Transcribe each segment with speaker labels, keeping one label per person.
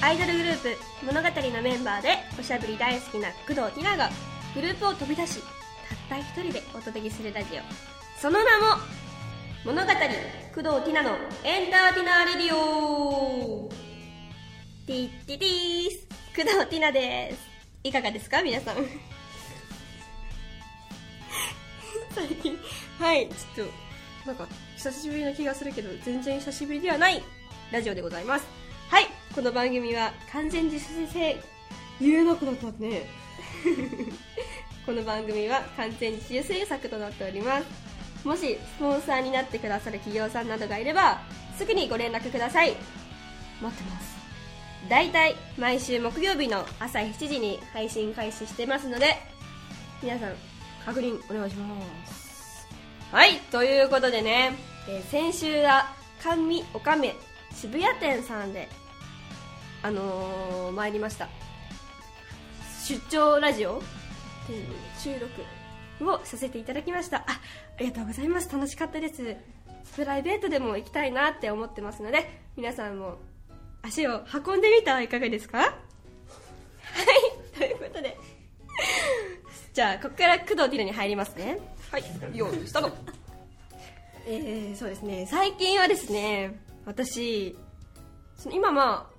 Speaker 1: アイドルグループ物語のメンバーでおしゃべり大好きな工藤ひながグループを飛び出したった一人でお届けするラジオその名も物語工藤ひなのエンターティナーレディオティッティティース工藤ひなですいかがですか皆さん 最近はいちょっとなんか久しぶりな気がするけど全然久しぶりではないラジオでございますはいこの番組は完全自主制言えなくなったね この番組は完全自主制作となっておりますもしスポンサーになってくださる企業さんなどがいればすぐにご連絡ください待ってます大体毎週木曜日の朝7時に配信開始してますので皆さん確認お願いしますはいということでね、えー先週は甘味おかめ渋谷店さんであのー、参りました出張ラジオっていう収録をさせていただきましたあありがとうございます楽しかったですプライベートでも行きたいなって思ってますので皆さんも足を運んでみたはいかがですかはいということでじゃあここから工藤ティナに入りますねはい用意したのえー、そうですね最近はですね私その今ま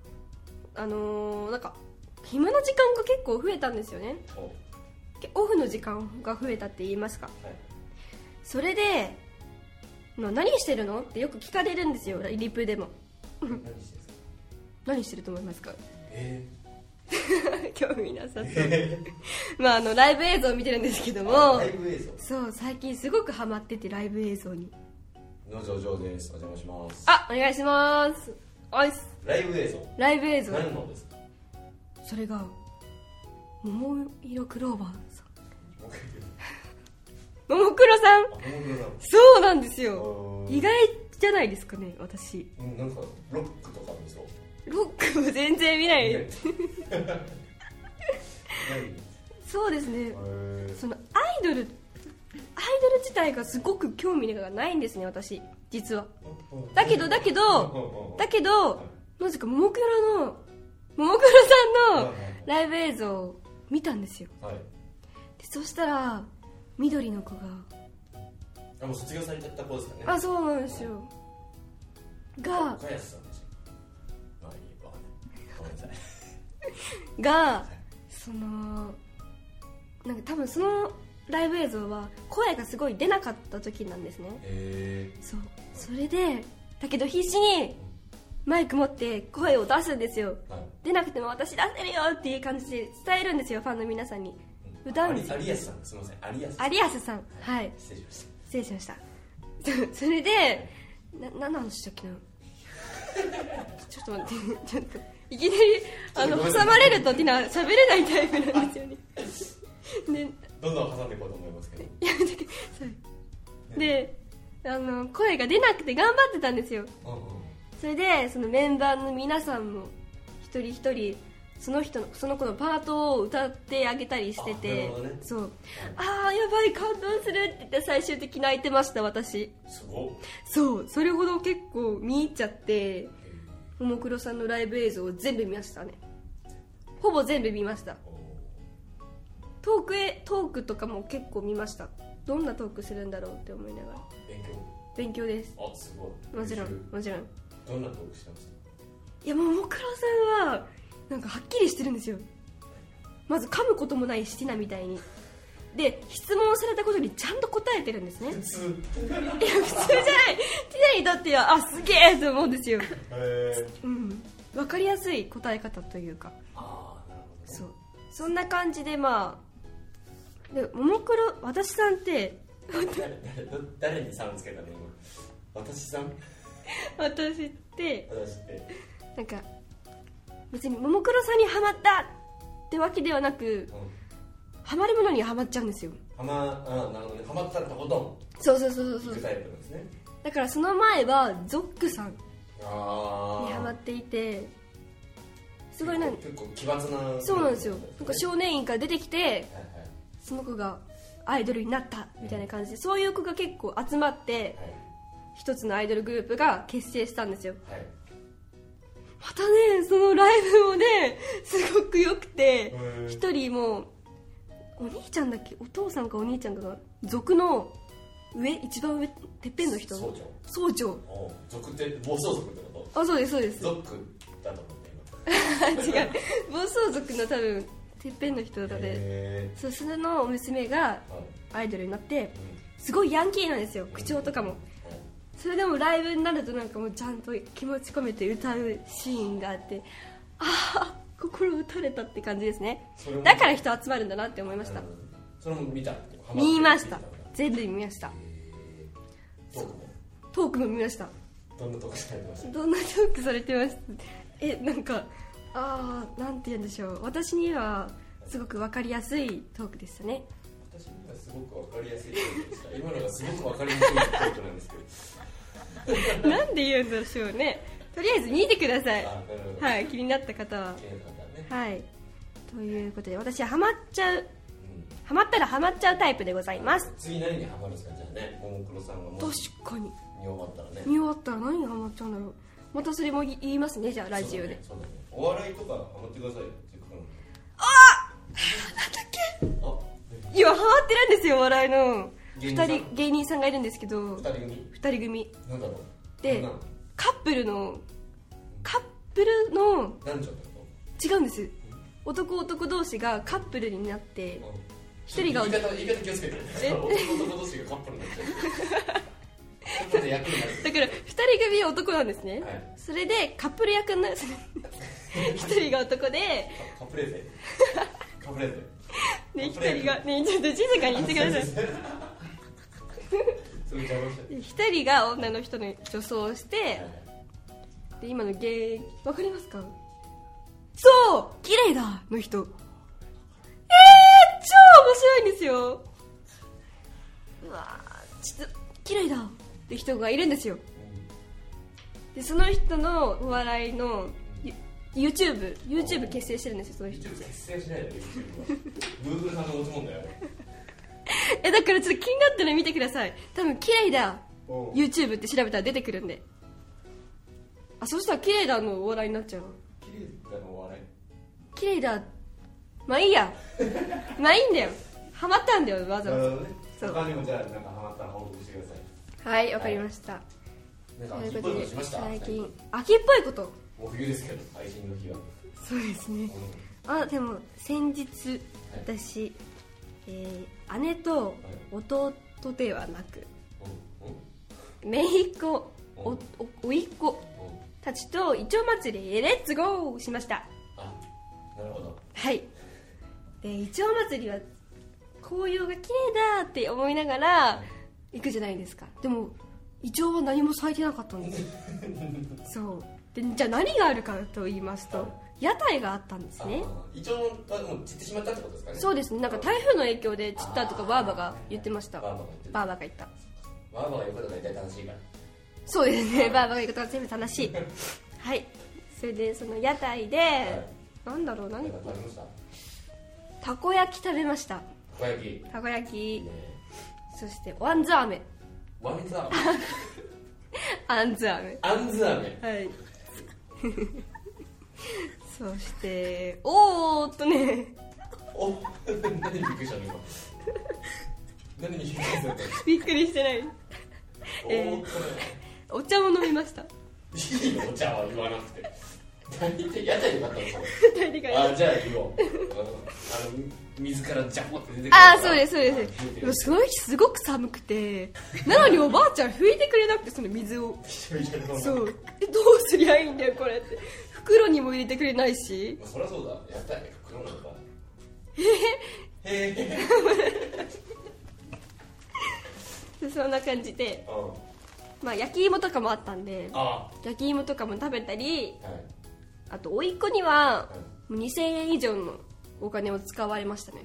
Speaker 1: ああのーなんか暇な時間が結構増えたんですよね
Speaker 2: おはい
Speaker 1: けオフの時間が増えたって言いますかそれで、まあ、何してるのってよく聞かれるんですよリプでも
Speaker 2: 何してんですか
Speaker 1: 何してると思いますか
Speaker 2: え
Speaker 1: 興味なさそう
Speaker 2: ー、
Speaker 1: まああのライブ映像を見てるんですけど も
Speaker 2: ライブ映像
Speaker 1: そう最近すごくハマっててライブ映像に
Speaker 2: の上々ですお邪魔します
Speaker 1: あお願いしますおいっす
Speaker 2: ライブ映像
Speaker 1: ライブ映像
Speaker 2: 何のですか
Speaker 1: それが桃色クローバーさん
Speaker 2: 僕
Speaker 1: ももクロさん
Speaker 2: あ本物だ
Speaker 1: そうなんですよ
Speaker 2: あー
Speaker 1: 意外じゃないですかね私
Speaker 2: うんなんかロックとか見そう
Speaker 1: ロックも全然見ない、
Speaker 2: ね
Speaker 1: そうですね
Speaker 2: 何えー
Speaker 1: そのアイドルアイドル自体がすごく興味がないんですね私実はだけどだけどだけどなぜかももクロのももクロさんのライブ映像を見たんですよ
Speaker 2: はい
Speaker 1: でそしたら緑の子が
Speaker 2: あもう卒業されちゃった子ですかね
Speaker 1: あそうなんですよが
Speaker 2: 岡安さんでしたまあいいわかんないごめんなさい
Speaker 1: がそのなんか多分そのライブ映像は声がすごい出なかった時なんですね
Speaker 2: え
Speaker 1: そうそれでだけど必死にマイク持って声を出すんですよ
Speaker 2: ー、はい
Speaker 1: 出なくても私出せるよっていう感じで伝えるんですよファンの皆さんに
Speaker 2: うん
Speaker 1: 歌うんですよ
Speaker 2: あり有安さんすみません有安さん
Speaker 1: 有安さんはい
Speaker 2: 失礼しました
Speaker 1: 失礼しました それでな何の話したっけなちょっと待ってちょっといきなりあの挟まれるとっていうのは喋れないタイプなんですよねで
Speaker 2: どんどん挟んでいこうと思いますけど
Speaker 1: やめてくださいであの声が出なくて頑張ってたんですよ
Speaker 2: うんうん
Speaker 1: それでそのメンバーの皆さんも一人一人その人のその子のパートを歌ってあげたりして
Speaker 2: あなる
Speaker 1: て
Speaker 2: ほどね
Speaker 1: そうああやばい感動するって言って最終的に泣いてました私
Speaker 2: すごっ
Speaker 1: そうそれほど結構見入っちゃってももクロさんのライブ映像を全部見ましたねほぼ全部見ました
Speaker 2: おー
Speaker 1: トークへトークとかも結構見ましたどんなトークするんだろうって思いながら
Speaker 2: 勉
Speaker 1: 勉強です
Speaker 2: 強あすごい
Speaker 1: もちろんもちろん
Speaker 2: どんなトークしてまし
Speaker 1: いやももクロさんはなんかはっきりしてるんですよまず噛むこともないシティナみたいにで質問されたことにちゃんと答えてるんですねい
Speaker 2: た
Speaker 1: や
Speaker 2: 普通
Speaker 1: 普通じゃないティナにとってはあすげえと思うんですよ
Speaker 2: へえ
Speaker 1: うん分かりやすい答え方というか
Speaker 2: ああなるほど
Speaker 1: そうそんな感じでまあでももクロ私さんって
Speaker 2: 誰誰ど誰にさんつけたの今私さん
Speaker 1: 私って
Speaker 2: 私って
Speaker 1: なんか別にももクロさんにハマったってわけではなく
Speaker 2: うん
Speaker 1: ハマるものにはハマっちゃうんですよ
Speaker 2: ハマあーなるほどねハマったらとことん
Speaker 1: そうそうそうそ
Speaker 2: 行
Speaker 1: うそ
Speaker 2: く
Speaker 1: う
Speaker 2: タイプなんですね
Speaker 1: だからその前はゾックさんに
Speaker 2: ああ
Speaker 1: ハマっていてすごいな
Speaker 2: 結構結構奇抜な
Speaker 1: そうなんですよなんか少年院から出てきて
Speaker 2: はいはい
Speaker 1: その子がアイドルになったみたいな感じでそういう子が結構集まって一つのアイドルグループが結成したんですよ
Speaker 2: はいはい
Speaker 1: またねそのライブもねすごく良くて
Speaker 2: へー
Speaker 1: 一人もうお兄ちゃんだっけお父さんかお兄ちゃんかが族の上一番上てっぺんの人
Speaker 2: 総長
Speaker 1: 総長
Speaker 2: おう族って暴走族ってこ
Speaker 1: あそうですそうです
Speaker 2: と族だと思って
Speaker 1: あ違う暴走族の多分てっぺんの人
Speaker 2: 今
Speaker 1: だで
Speaker 2: へ
Speaker 1: そうそれの娘が
Speaker 2: ーはい
Speaker 1: アイドルになって
Speaker 2: うん
Speaker 1: すごいヤンキーなんですよ口調とかもそれでもライブになるとなんかもうちゃんと気持ち込めて歌うシーンがあってああ心打たれたって感じですね
Speaker 2: それも
Speaker 1: だから人集まるんだなって思いました
Speaker 2: うんそれも見たってこと
Speaker 1: 見ました
Speaker 2: ハマって見
Speaker 1: 全部見ました
Speaker 2: へートークも
Speaker 1: トークも見ました
Speaker 2: どんなトークされてました
Speaker 1: どんなトークされてますえなんかああなんて言うんでしょう私にはすごく分かりやすいトークでしたね
Speaker 2: 私にはすごくわかりやすいトークでした今のがすごくわかりにくいトークなんですけど
Speaker 1: なんで言うんでしょうねとりあえず見てください
Speaker 2: あなるほど
Speaker 1: はい気になった方は
Speaker 2: 綺麗な方ね
Speaker 1: はいということで私はハマっちゃう
Speaker 2: うん
Speaker 1: ハマったらハマっちゃうタイプでございます
Speaker 2: 次何にハマるんですかじゃあねももクロさんがもう
Speaker 1: 確かに
Speaker 2: 見終わったらね
Speaker 1: 見終わったら何がハマっちゃうんだろうまたそれも言いますねじゃあラジオで、
Speaker 2: そうだねそうだねお笑いとかハマってくださいよせっかくなんであなんだっ
Speaker 1: いやハマってるんですよお笑いの
Speaker 2: 芸
Speaker 1: 2
Speaker 2: 人さん
Speaker 1: 人芸人さんがいるんですけど
Speaker 2: けあ二人組
Speaker 1: 2人組
Speaker 2: なんだろう
Speaker 1: で
Speaker 2: なん
Speaker 1: カップルのカップルの
Speaker 2: 男女ってこ
Speaker 1: 違うんです男男同士がカップルになって
Speaker 2: と
Speaker 1: 一人が
Speaker 2: 言い方言い方気をつけて
Speaker 1: え
Speaker 2: 男同士がカップルになっちゃうちょっと役になる
Speaker 1: だから2人組は男なんですね、
Speaker 2: はい
Speaker 1: それでカップル役になるん ですね一人が男で
Speaker 2: カカプレーゼカプレーゼ
Speaker 1: で一人がねちょっと静かに言ってください
Speaker 2: すごい邪魔しちゃっ
Speaker 1: で一人が女の人の女装をして
Speaker 2: てはい
Speaker 1: で今の芸わかりますかそう綺麗だの人えー、超面白いんですようわーちょっと綺麗だって人がいるんですよでその人のお笑いの YouTubeYouTube 結成してるんですよその人
Speaker 2: YouTube 結成しないで YouTube は Google さんの持ち物だよ
Speaker 1: えだからちょっと気になったら見てください多分綺麗だ
Speaker 2: うん
Speaker 1: YouTube って調べたら出てくるんであそしたら綺麗だのお笑いになっちゃう
Speaker 2: 綺麗だのお笑い
Speaker 1: 綺麗だまあいいやまあいいんだよハマったんだよわざ
Speaker 2: な
Speaker 1: わ
Speaker 2: る
Speaker 1: ざ
Speaker 2: ほどね
Speaker 1: そう
Speaker 2: 他にもじゃあなんかハマったら報告してください
Speaker 1: はいわかりました、
Speaker 2: なんか
Speaker 1: と
Speaker 2: 秋
Speaker 1: い
Speaker 2: っ
Speaker 1: う
Speaker 2: ぽ
Speaker 1: ことで
Speaker 2: いことしました
Speaker 1: 最近秋っぽいこと
Speaker 2: もう冬ですけど配信の日は
Speaker 1: そうですねあでも先日私、えー姉と弟ではなく
Speaker 2: うんうん
Speaker 1: 姪っ子お
Speaker 2: うん
Speaker 1: おおいっ子
Speaker 2: うん
Speaker 1: たちとイチョウ祭りへレッツゴーしました
Speaker 2: あなるほど
Speaker 1: はいでイチョウ祭りは紅葉が綺麗だって思いながら行くじゃないですかでもイチョウは何も咲いてなかったん ですよそうでじゃあ何があるかと言いますと屋台があったんですね
Speaker 2: あ一応はもう散ってしまったってことですかね
Speaker 1: そうですねなんか台風の影響で散ったとか
Speaker 2: あー
Speaker 1: バーバが言ってました
Speaker 2: バーバが言ってた
Speaker 1: バーバが言った
Speaker 2: わーわー言うことが大体楽しいから
Speaker 1: そうですねバーバが言うことが全部正 しいはいそれでその屋台で、なんだろう
Speaker 2: 何
Speaker 1: 何
Speaker 2: か食べました
Speaker 1: たこ焼き食べました
Speaker 2: たこ焼きいい
Speaker 1: たこ焼き
Speaker 2: ね
Speaker 1: そしておあんず飴
Speaker 2: ワンズアメ
Speaker 1: あんず飴
Speaker 2: アンズアメ
Speaker 1: はい そしておーっとね
Speaker 2: お何にびっくりしたの今何にびっくりしたの
Speaker 1: びっくりしてない
Speaker 2: お
Speaker 1: えー
Speaker 2: ーっとね
Speaker 1: お茶も飲みました
Speaker 2: いいよ、お茶は言わなく て。大体屋台になったのそれ
Speaker 1: 二人が
Speaker 2: あ、じゃあ言おう。あの、あの水からジャポって出てくるから。
Speaker 1: ああそうですそうです でもその日すごく寒くてなのにおばあちゃん拭いてくれなくてその水を
Speaker 2: す。いやいやそ
Speaker 1: そ
Speaker 2: んな
Speaker 1: うえどうすりゃいいんだよこれって袋にも入れてくれないし
Speaker 2: まあそりゃそうだ。屋台、袋なんか。へえ。へえ。
Speaker 1: でそんな感じで、
Speaker 2: うん。
Speaker 1: まあ、焼き芋とかもあったんで
Speaker 2: あ
Speaker 1: 焼き芋とかも食べたり
Speaker 2: あ。はい。
Speaker 1: あと甥いっ子には
Speaker 2: はい
Speaker 1: もう2000円以上のお金を使われましたね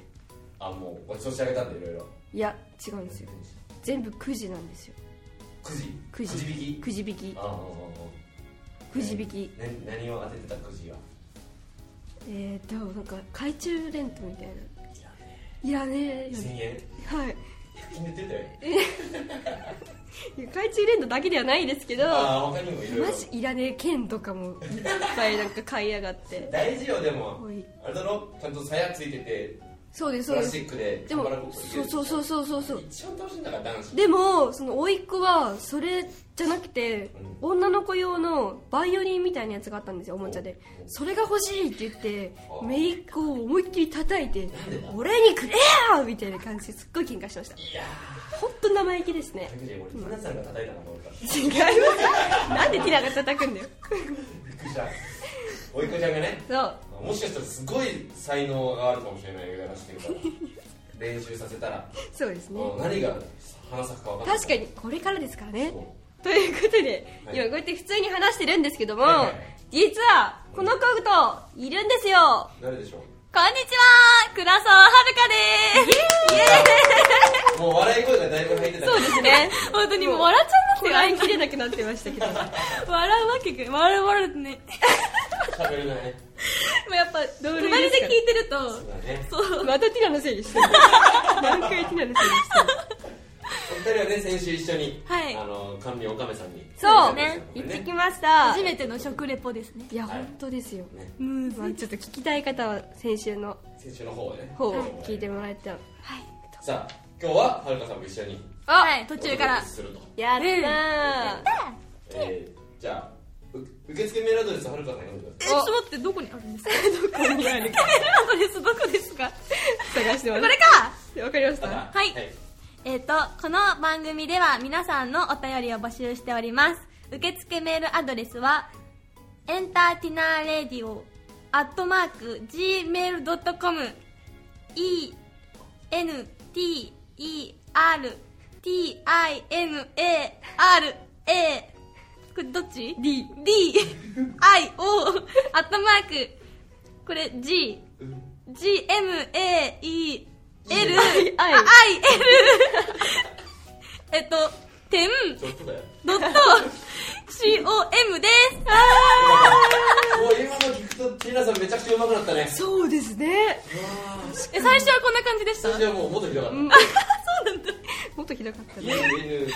Speaker 2: あ、もうごちそうしてあげたんで、いろいろ。
Speaker 1: いや違うんですよ全部くじなんですよ
Speaker 2: くじ。
Speaker 1: くじ
Speaker 2: くじ引き。
Speaker 1: くじ引き
Speaker 2: ああ。
Speaker 1: くじ引き
Speaker 2: な何を当ててたくじは。
Speaker 1: えー、でもなんか懐中電灯みたいない
Speaker 2: や
Speaker 1: いらねえよね
Speaker 2: 千円。
Speaker 1: はい
Speaker 2: ひねってたよ
Speaker 1: 海中連動だけではないですけど
Speaker 2: ああ他にもいろいろ
Speaker 1: マジいらねえ剣とかもいっぱいなんか買いやが って
Speaker 2: 大事よでも
Speaker 1: おい
Speaker 2: あれだろちゃんと鞘ついてて
Speaker 1: そうですそ
Speaker 2: プ
Speaker 1: う
Speaker 2: ラ
Speaker 1: で
Speaker 2: スチ
Speaker 1: す
Speaker 2: ックで
Speaker 1: でも
Speaker 2: タバコ入れ
Speaker 1: そう
Speaker 2: る
Speaker 1: そうそうそうそうそう
Speaker 2: 一番楽しいんだから男子
Speaker 1: でもその甥っ子はそれじゃなくて女の子用のバイオリンみたいなやつがあったんですよおもちゃでそれが欲しいって言って
Speaker 2: あ
Speaker 1: 姪っ子を思いっきり叩いて
Speaker 2: なんでだ
Speaker 1: 「俺にくれよ!」みたいな感じですっごい喧嘩してました
Speaker 2: いや
Speaker 1: 本当生意気ですね
Speaker 2: ーだけど俺ティナさんが叩いたのかと思った
Speaker 1: 違いますなんでティラが叩くんだよ
Speaker 2: びっくりしたおいっ子ちゃんがね
Speaker 1: そう
Speaker 2: まあもしかしたらすごい才能があるかもしれないやらして るから練習させたら、
Speaker 1: そうですね
Speaker 2: うん何が花咲くか分かんない
Speaker 1: 確かにこれからですからね
Speaker 2: そう
Speaker 1: ということで、
Speaker 2: はい
Speaker 1: 今こうやって普通に話してるんですけども、
Speaker 2: はいはい
Speaker 1: 実はこの子といるんですよ
Speaker 2: 誰でしょ
Speaker 1: こんにちは倉沢遥ですイエ
Speaker 2: うもう笑い声がだいぶ入ってた
Speaker 1: そうですね
Speaker 3: 本当にもう笑っちゃいますよ
Speaker 1: 笑いきれなくなってましたけど
Speaker 3: 笑うわけが笑う笑うってね
Speaker 2: 喋れない
Speaker 3: もうやっぱ
Speaker 1: 同類
Speaker 3: 隣
Speaker 1: です
Speaker 3: で
Speaker 1: から
Speaker 3: 聞いてると
Speaker 2: そうだね
Speaker 3: そう
Speaker 1: またティラのせいにしてる何回ティラのせいにしてる
Speaker 2: お二人はね先週一緒に、
Speaker 3: はい
Speaker 2: あの神おかめさんに
Speaker 1: そう、
Speaker 2: ね
Speaker 1: 行ってきました
Speaker 3: 初めての食レポですね
Speaker 1: いや
Speaker 2: はい
Speaker 1: 本当ですよ、
Speaker 2: ね
Speaker 3: むず
Speaker 1: まあ、
Speaker 3: い
Speaker 1: ちょっと聞きたい方は先週の
Speaker 2: 先週の方をね
Speaker 1: 方を聞いてもらえたら
Speaker 3: はい
Speaker 2: さあ今日ははるかさんも一緒に
Speaker 3: はい途
Speaker 2: 途
Speaker 3: 中から
Speaker 2: すると、
Speaker 1: やったー、
Speaker 3: うん
Speaker 2: えー、じゃあう受付メールアドレスはるかさん読んでくだ
Speaker 3: え
Speaker 2: さ
Speaker 3: ちょっと待ってどこにあるんです か
Speaker 1: どこにある
Speaker 3: カメラのですどこですか
Speaker 1: 探して
Speaker 3: こ
Speaker 1: ま
Speaker 3: れ
Speaker 1: す
Speaker 3: か
Speaker 1: わかりまし
Speaker 2: いただ
Speaker 1: た
Speaker 3: はいえっ、とこの番組では皆さんのお便りを募集しております受付メールアドレスはエンターティナーレディオアットマーク Gmail.com e n t e r t i n a r a これどっち
Speaker 1: D
Speaker 3: D I O アットマークこれ G
Speaker 2: うん
Speaker 3: G M A E L
Speaker 1: I I
Speaker 3: I L えっと点
Speaker 2: ちょっとだよ
Speaker 3: ドット C O M で
Speaker 2: もう今の聞くとティナさんめちゃくちゃ上手くなったね
Speaker 1: そうですね
Speaker 3: す。え最初はこんな感じでした。
Speaker 2: それじゃもうもっとひどかった
Speaker 1: もっとひどかったね
Speaker 2: UNER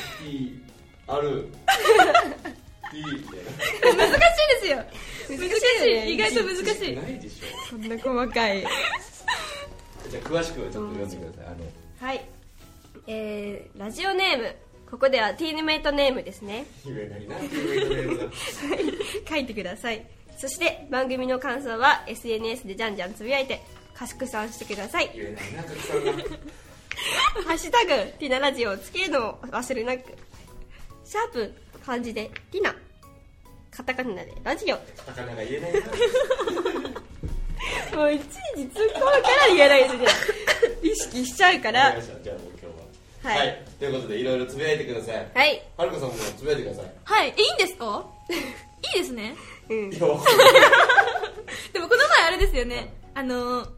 Speaker 2: T
Speaker 3: 難しいですよ。
Speaker 1: 難
Speaker 3: 難しい。意外と難しい。
Speaker 2: ないでしょ
Speaker 1: こんな細かい
Speaker 2: じゃあ詳しくはちょっと読んでくださいあの
Speaker 1: はいえー、ラジオネームここではティーヌメイトネームですね
Speaker 2: 夢なりな夢なりな
Speaker 1: 書いてくださいそして番組の感想は SNS でじゃんじゃんつぶやいて賢さんしてください
Speaker 2: 夢なりな拡散が
Speaker 1: ハッシュタグ、ティナラジオをつけるのを忘れなく。シャープ、漢字で、ティナ。カタカナで、ラジオ。
Speaker 2: なかなか言えない
Speaker 1: もういちいち突っ込むから言えないですね。意識しちゃうか
Speaker 2: なわ
Speaker 1: ら
Speaker 2: かりま。したじゃあもう今日は
Speaker 1: はい
Speaker 2: ということでいろいろつぶやいてください
Speaker 1: はい。
Speaker 2: はるかさんもつぶやいてください
Speaker 3: はい。えいいんですか？いいですね。
Speaker 1: うん
Speaker 2: い。やわかんない
Speaker 3: でもこの前あれですよね。あのー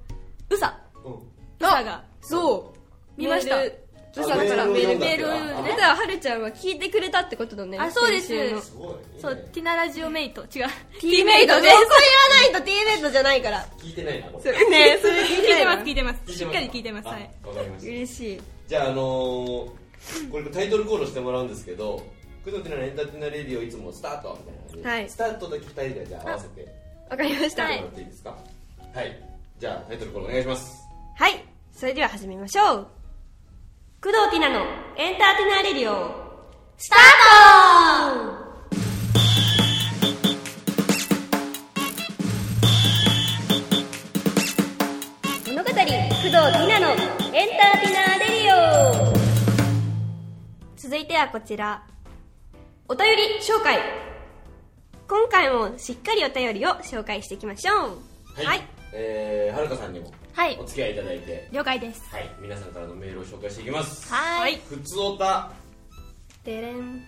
Speaker 3: ウサ
Speaker 2: うん
Speaker 3: ウサが
Speaker 1: そう。
Speaker 3: 見ました
Speaker 1: メールうさだから
Speaker 2: あ
Speaker 1: メ
Speaker 2: メ
Speaker 1: ー
Speaker 2: ー
Speaker 1: ル、
Speaker 2: ル
Speaker 1: メール
Speaker 2: を読んだって
Speaker 1: ね。だから、はるちゃんは聞いてくれたってこと だね。
Speaker 3: あそうです
Speaker 1: 先週の
Speaker 2: すごいいいね
Speaker 3: そうティナラジオメイト違う。
Speaker 1: ティーメイトです。それ言わないとティーメイトじゃないから。
Speaker 2: 聞いてないなこ
Speaker 1: そ
Speaker 2: れ
Speaker 1: れね、それ聞
Speaker 3: 聞
Speaker 1: い
Speaker 3: い
Speaker 1: てな
Speaker 3: てま
Speaker 1: い
Speaker 3: す聞いてます。しっかり聞いてます。
Speaker 2: あ
Speaker 3: はい。
Speaker 2: わかりました
Speaker 1: 嬉しい。
Speaker 2: じゃあ、あのー、これタイトルコールしてもらうんですけど「工藤ティナのエンターテイナーレディオいつもスタート」みたいな感じで、
Speaker 1: はい
Speaker 2: スタートだけ2人でじゃあ合わせて
Speaker 1: わかりまし
Speaker 2: や
Speaker 1: た。
Speaker 2: ってもらっていいですかはい、じゃあタイトルコールお願いします
Speaker 1: はい、それでは始めましょう。工藤ティナのエンターテイナーレディオ、スタート物語、工藤ティナのエンターテイナーレディオ続いてはこちら、お便り紹介。今回もしっかりお便りを紹介していきましょう。はい。
Speaker 2: えー、はるかさんにも
Speaker 3: はい
Speaker 2: お付き合いいただいて
Speaker 3: 了解です。
Speaker 2: はい皆さんからのメールを紹介していきます
Speaker 3: はーい。
Speaker 2: ふつおた
Speaker 1: でれん。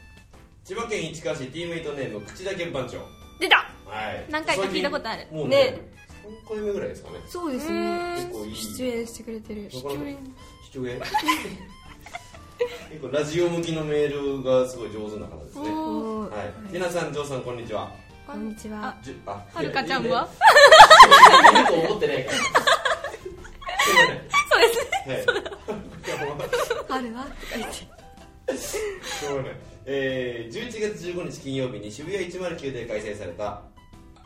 Speaker 2: 千葉県市川市ティーメイトネーム口田鍵盤長
Speaker 1: 出た
Speaker 2: はい
Speaker 3: 何回か聞いたことある
Speaker 2: 最近もうね
Speaker 1: ね
Speaker 2: 3回目ぐらいですかね
Speaker 1: そうです
Speaker 3: う
Speaker 1: ね
Speaker 3: ーん
Speaker 2: 結構いい
Speaker 1: 出演してくれてる
Speaker 2: なかなか貴重や結構ラジオ向きのメールがすごい上手な方ですねは
Speaker 1: おー
Speaker 2: い皆さんジョーさんこんにちは
Speaker 1: こんにちは
Speaker 2: じゅあ
Speaker 3: はるかちゃんはい
Speaker 2: やいいねいいと思ってないから
Speaker 3: そうですね
Speaker 2: すいませんはい
Speaker 1: あるわ
Speaker 2: えー、11月15日金曜日に渋谷109で開催された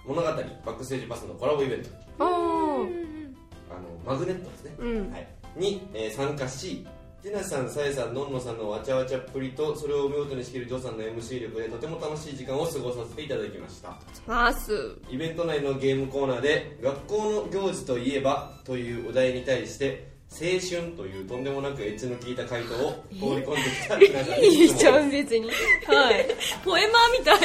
Speaker 2: 物語バックステージパスのコラボイベント
Speaker 1: お
Speaker 3: うん
Speaker 1: ー
Speaker 2: あのマグネットですね、
Speaker 1: うん
Speaker 2: はい、に、えー参加しティナさん、さえさん、のんのさんのわちゃわちゃっぷりとそれを見事に仕切るジョーさんの MC 力でとても楽しい時間を過ごさせていただきました
Speaker 1: ます
Speaker 2: イベント内のゲームコーナーで「学校の行事といえば」というお題に対して「青春」というとんでもなくエッジの効いた回答を放り込んできたティナさんに
Speaker 1: いい
Speaker 2: 質
Speaker 1: じゃ
Speaker 2: 問
Speaker 1: ん別にはい
Speaker 3: ポエマーみたい
Speaker 2: こ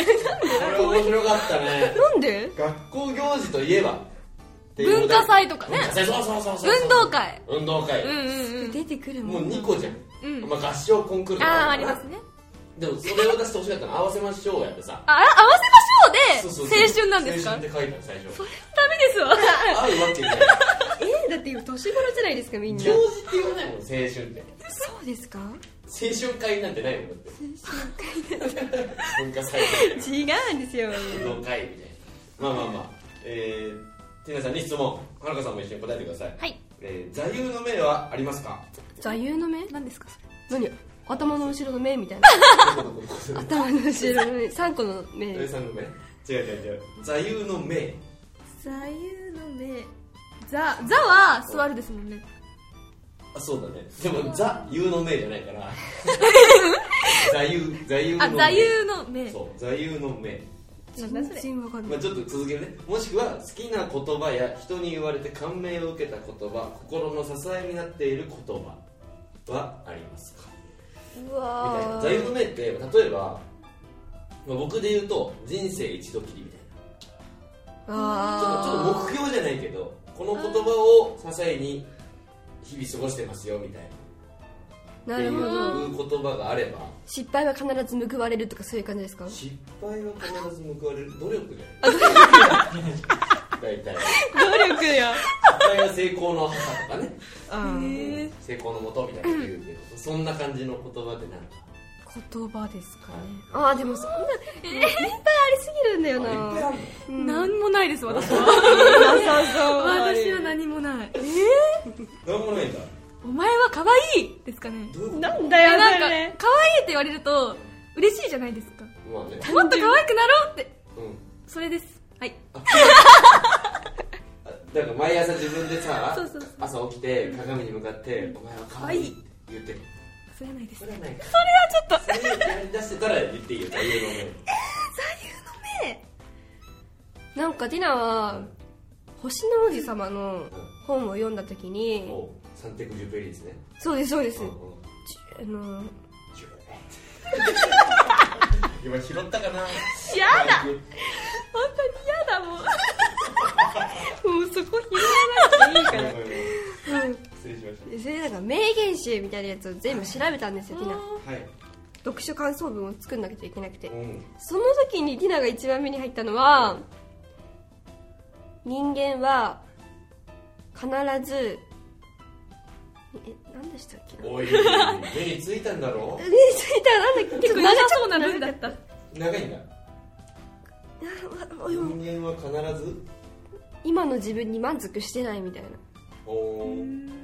Speaker 2: れ面白かったね
Speaker 1: なんで
Speaker 2: 学校行事といえばっていうお題
Speaker 3: 文化祭とかね
Speaker 2: 文化祭そうそうそうそう
Speaker 3: 運動会
Speaker 2: 運動会、
Speaker 3: うんうんうん
Speaker 1: 出てくる
Speaker 2: も
Speaker 1: も
Speaker 2: うん2個じゃん、
Speaker 3: うん
Speaker 2: まあ、合唱コンクールと
Speaker 3: あ
Speaker 2: か
Speaker 3: あ
Speaker 2: あ
Speaker 3: あ
Speaker 2: る
Speaker 3: り
Speaker 2: のかな
Speaker 3: ますね
Speaker 2: でもそれを出してほしかったの合わせましょうやってさ
Speaker 3: あ合わせ
Speaker 2: そうそ
Speaker 3: ましょ
Speaker 2: う
Speaker 3: う
Speaker 2: そう
Speaker 3: で青春なんですか
Speaker 2: 青春って書いたの最初
Speaker 3: ダメですわ
Speaker 2: あるわけない
Speaker 1: えだって今年頃じゃないですかみんな
Speaker 2: 行事って言わないもん青春って
Speaker 1: そうですか
Speaker 2: 青春会なんてないもんだって文化祭みたい
Speaker 1: 違うんですよ
Speaker 2: な運動会みたいなまあまあまあえー、ティナさんに質問はるかさんも一緒に答えてください、
Speaker 3: はい
Speaker 2: えー、座右の銘はあります か
Speaker 1: 座右の銘
Speaker 3: 何ですかそれ
Speaker 1: 何頭の後ろの目みたいな頭の後ろの目3個の目
Speaker 2: 土井さんの銘違う違う違う座右の銘
Speaker 3: 座右の銘座座は座るですもんね
Speaker 2: あそうだねでも座右の銘じゃないから 座右座右の
Speaker 3: あ
Speaker 2: 銘
Speaker 3: 座右の銘
Speaker 2: そう座右の銘
Speaker 1: 全然わかんな
Speaker 2: まあ、
Speaker 1: い
Speaker 2: ちょっと続けるねもしくは好きな言葉や人に言われて感銘を受けた言葉心の支えになっている言葉はありますか
Speaker 3: う
Speaker 2: みたいな
Speaker 3: わ
Speaker 2: 座右の銘って例えば、まあ、僕で言うと人生一度きりみたいなちょっとちょっと
Speaker 1: あ
Speaker 2: 目標じゃないけどこの言葉を支えに日々過ごしてますよみたいな
Speaker 1: ーなるほど
Speaker 2: っていう言葉があれば
Speaker 1: 失敗は必ず報われるとかそういう感じですか
Speaker 2: 失敗は必ず報われる努力じゃない大体
Speaker 1: 努力や
Speaker 2: 失敗は成功の母とかね
Speaker 1: 言
Speaker 2: 成功のもとみたいなこと言うけど、そんな感じの言葉でなんか
Speaker 1: 葉ですかねああでもそんなでもいっぱいありすぎるんだよな
Speaker 2: あいっぱいある
Speaker 1: うんなさ
Speaker 3: 何もないです私は
Speaker 1: そう
Speaker 3: 私は何もない
Speaker 2: のなんもないんだ
Speaker 3: お前は可愛いですかね
Speaker 2: どういうこと
Speaker 1: なんだよ
Speaker 3: なんか
Speaker 1: そ
Speaker 3: 可愛い
Speaker 1: れ
Speaker 3: って言われると嬉しいじゃないですか
Speaker 2: まあね
Speaker 3: もっと可愛くなろうって
Speaker 2: うん
Speaker 3: それですはい
Speaker 2: あだから毎朝自分でさ
Speaker 3: そうそうそう
Speaker 2: 朝起きて鏡に向かって「お前は可愛いって言ってる
Speaker 3: それはないです
Speaker 2: それはないか
Speaker 3: それはちょっと
Speaker 2: それやり出してたら言っていいよ座右の銘
Speaker 1: なんかディナは星の王子様の本を読んだ時に
Speaker 2: もうサンテクジュペリーですね
Speaker 1: そうですそうです
Speaker 2: うんうん
Speaker 1: あの
Speaker 2: ジュペリー今拾ったかな
Speaker 3: 嫌だ本当に嫌だもん
Speaker 1: もうそこ拾わなくていいか
Speaker 2: ごめんごめん
Speaker 1: ら、うん、
Speaker 2: 失礼しまし
Speaker 1: でそれでなんか名言集みたいなやつを全部調べたんですよティナ
Speaker 2: たはい
Speaker 1: 読書感想文を作んなきゃいけなくて
Speaker 2: うん
Speaker 1: その時にティナが一番目に入ったのは人間は必ずえ何でしたっけ
Speaker 2: おい目についたんだろ
Speaker 1: 目についたなんだっけ
Speaker 3: 結構長そうな文だった
Speaker 2: 長いんだ
Speaker 1: あわわ
Speaker 2: 人間は必ず
Speaker 1: 今の自分に満足してないみたいな
Speaker 2: おお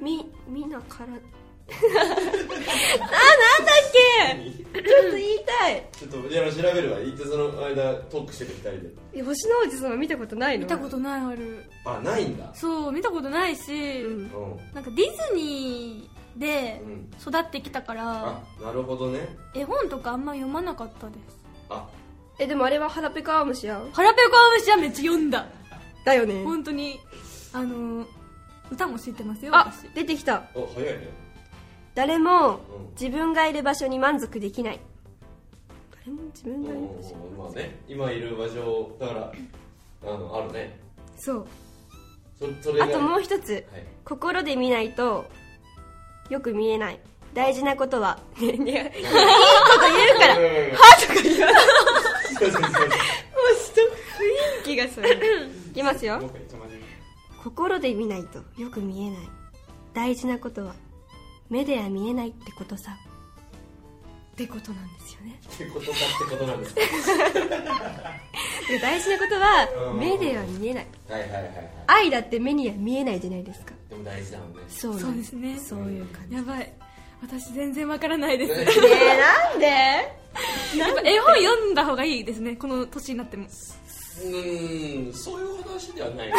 Speaker 1: みみなからあなんだっけちょっと言いたい
Speaker 2: ちょっといや調べるわ言ってその間トークしてる二人で
Speaker 1: え星の王子様見たことないの
Speaker 3: 見たことないある
Speaker 2: あないんだ
Speaker 3: そう見たことないし、
Speaker 1: うん
Speaker 2: うん
Speaker 3: なんかディズニーで
Speaker 2: うん
Speaker 3: 育ってきたから
Speaker 2: あ、なるほどね
Speaker 3: 絵本とかあんま読まなかったです
Speaker 2: あ
Speaker 1: えでもあれは腹ペカアムシやん
Speaker 3: 腹ペコアムシはめっちゃ読んだ
Speaker 1: だよね
Speaker 3: 本当にあのー歌も知ってますよ
Speaker 1: あ
Speaker 3: 私
Speaker 1: 出てきた
Speaker 2: お早いね
Speaker 1: 誰も
Speaker 2: うん
Speaker 1: 自分がいる場所に満足できない誰も自分
Speaker 2: うん
Speaker 1: がいる場所に
Speaker 2: まあね今いる場所だからあのあるね
Speaker 1: そう
Speaker 2: そそれが
Speaker 1: あともう一つ
Speaker 2: はい
Speaker 1: 心で見ないとよく見えない大事なことはいいこと言うから
Speaker 2: うんうんうん
Speaker 1: 歯とか言わない
Speaker 2: そうそうそう
Speaker 1: もうちょっと雰囲気がそれいきます
Speaker 2: も
Speaker 1: よ
Speaker 2: う一回ちょっと待って
Speaker 1: 心で見ないとよく見えない大事なことは目では見えないってことさってことなんですよね
Speaker 2: ってことかってことなんですか
Speaker 1: で大事なことは目では見えない
Speaker 2: はいはいはいはい
Speaker 1: 愛だって目には見えないじゃないですか
Speaker 2: でも大事だもんね
Speaker 1: そう
Speaker 3: そうですね
Speaker 1: そういう感じ
Speaker 3: やばい私全然わからないです
Speaker 2: ね
Speaker 3: やっ
Speaker 1: えなんで
Speaker 3: ぱ絵本読んだ方がいいですねこの年になっても
Speaker 2: うーんそういう話ではない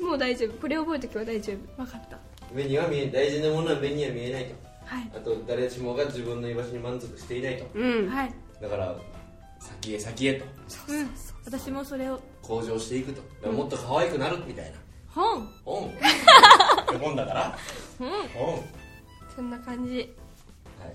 Speaker 1: もう大丈夫これ覚えとけば大丈夫
Speaker 3: わかった
Speaker 2: 目には見え大事なものは目には見えないと
Speaker 3: はい
Speaker 2: あと誰しもが自分の居場所に満足していないと
Speaker 1: うん
Speaker 3: はい
Speaker 2: だから先へ先へと
Speaker 3: うん私もそれを
Speaker 2: 向上していくとだからもっと可愛くなるみたいな
Speaker 3: 本
Speaker 2: 本本だから
Speaker 3: 本
Speaker 2: 本、はい
Speaker 1: そんな感じ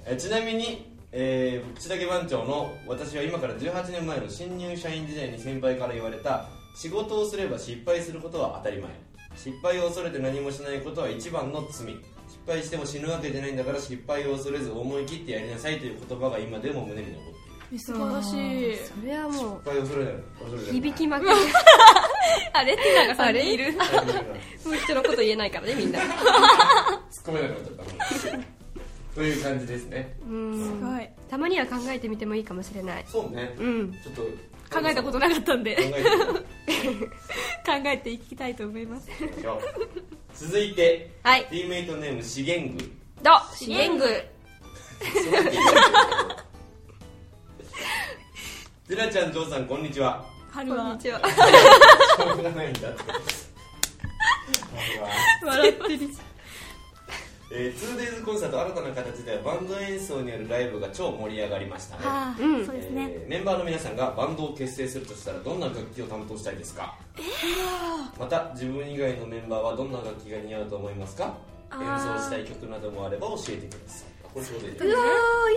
Speaker 2: え、ちなみにえー、口だけ番長の私は今から18年前の新入社員時代に先輩から言われた仕事をすれば失敗することは当たり前失敗を恐れて何もしないことは一番の罪失敗しても死ぬわけじゃないんだから失敗を恐れず思い切ってやりなさいという言葉が今でも胸に残っている
Speaker 3: 素晴らしい
Speaker 1: それはも
Speaker 2: 失敗を恐れない恐れ
Speaker 1: う
Speaker 2: ない
Speaker 1: 響き まく
Speaker 3: あレティナがされいる
Speaker 2: あごめんなさい
Speaker 1: る人のこと言えないからねみんな
Speaker 2: 突っ込めなくなっちゃったという感じですね
Speaker 1: うん
Speaker 3: すごい
Speaker 1: たまには考えてみてもいいかもしれない
Speaker 2: そうね
Speaker 1: うん
Speaker 2: ちょっと
Speaker 3: 考えたこと
Speaker 2: 考
Speaker 3: なかったんで
Speaker 2: えてみ
Speaker 3: 考えていきたいと思います
Speaker 2: ましょう続いて
Speaker 1: はい
Speaker 2: ティーメイトネーム資源 具
Speaker 1: ど資源具
Speaker 2: すごいって言うゼラちゃんジョーさんこんにちは
Speaker 3: 春
Speaker 1: こん
Speaker 3: は
Speaker 1: にちは
Speaker 2: しょうがないんだってこんにちは
Speaker 3: 笑ってる
Speaker 2: えー、2days コンサート新たな形ではバンド演奏によるライブが超盛り上がりましたね、
Speaker 3: はあ、
Speaker 1: うん
Speaker 3: そうですね、
Speaker 2: えーメンバーの皆さんがバンドを結成するとしたらどんな楽器を担当したいですか、また自分以外のメンバーはどんな楽器が似合うと思いますか
Speaker 3: あ
Speaker 2: 演
Speaker 3: ー
Speaker 2: 奏したい曲などもあれば教えてくださいあこれそうでいい
Speaker 1: うんうわ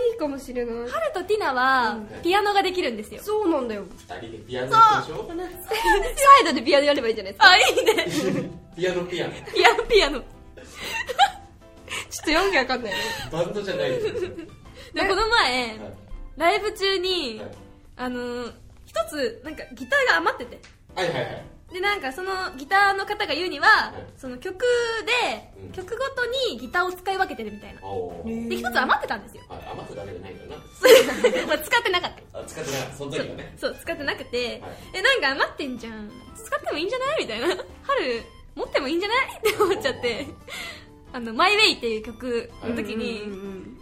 Speaker 1: ーいいかもしれない
Speaker 3: 春とティナはピアノができるんですよ
Speaker 1: そうなんだ よ
Speaker 2: 二人でピアノやってみましょ
Speaker 1: サイドでピアノやればいいじゃないですか
Speaker 3: あいいね
Speaker 2: うピアノピアノ
Speaker 3: ピアノピアノ
Speaker 1: ちょっと読んでわかんないね
Speaker 2: バンドじゃないですよ、
Speaker 3: でもこの前
Speaker 2: は
Speaker 3: ライブ中
Speaker 2: い
Speaker 3: に、
Speaker 2: はい
Speaker 3: あのー一つなんかギターが余ってて
Speaker 2: はいはいはい
Speaker 3: でなんかそのギターの方が言うには、
Speaker 2: い
Speaker 3: その曲で、
Speaker 2: うん
Speaker 3: 曲ごとにギターを使い分けてるみたいな
Speaker 2: おー
Speaker 3: で一つ余ってたん ですよ
Speaker 2: はい余っただけじゃないんだよ
Speaker 3: まあ使ってなかった
Speaker 2: なあ使ってないその時はね
Speaker 3: そう使ってなくて、
Speaker 2: はい
Speaker 3: えなんか余ってんじゃん使ってもいいんじゃないみたいな春持ってもいいんじゃないって思っちゃってあの「マイウェイっていう曲の時に、
Speaker 1: うんうん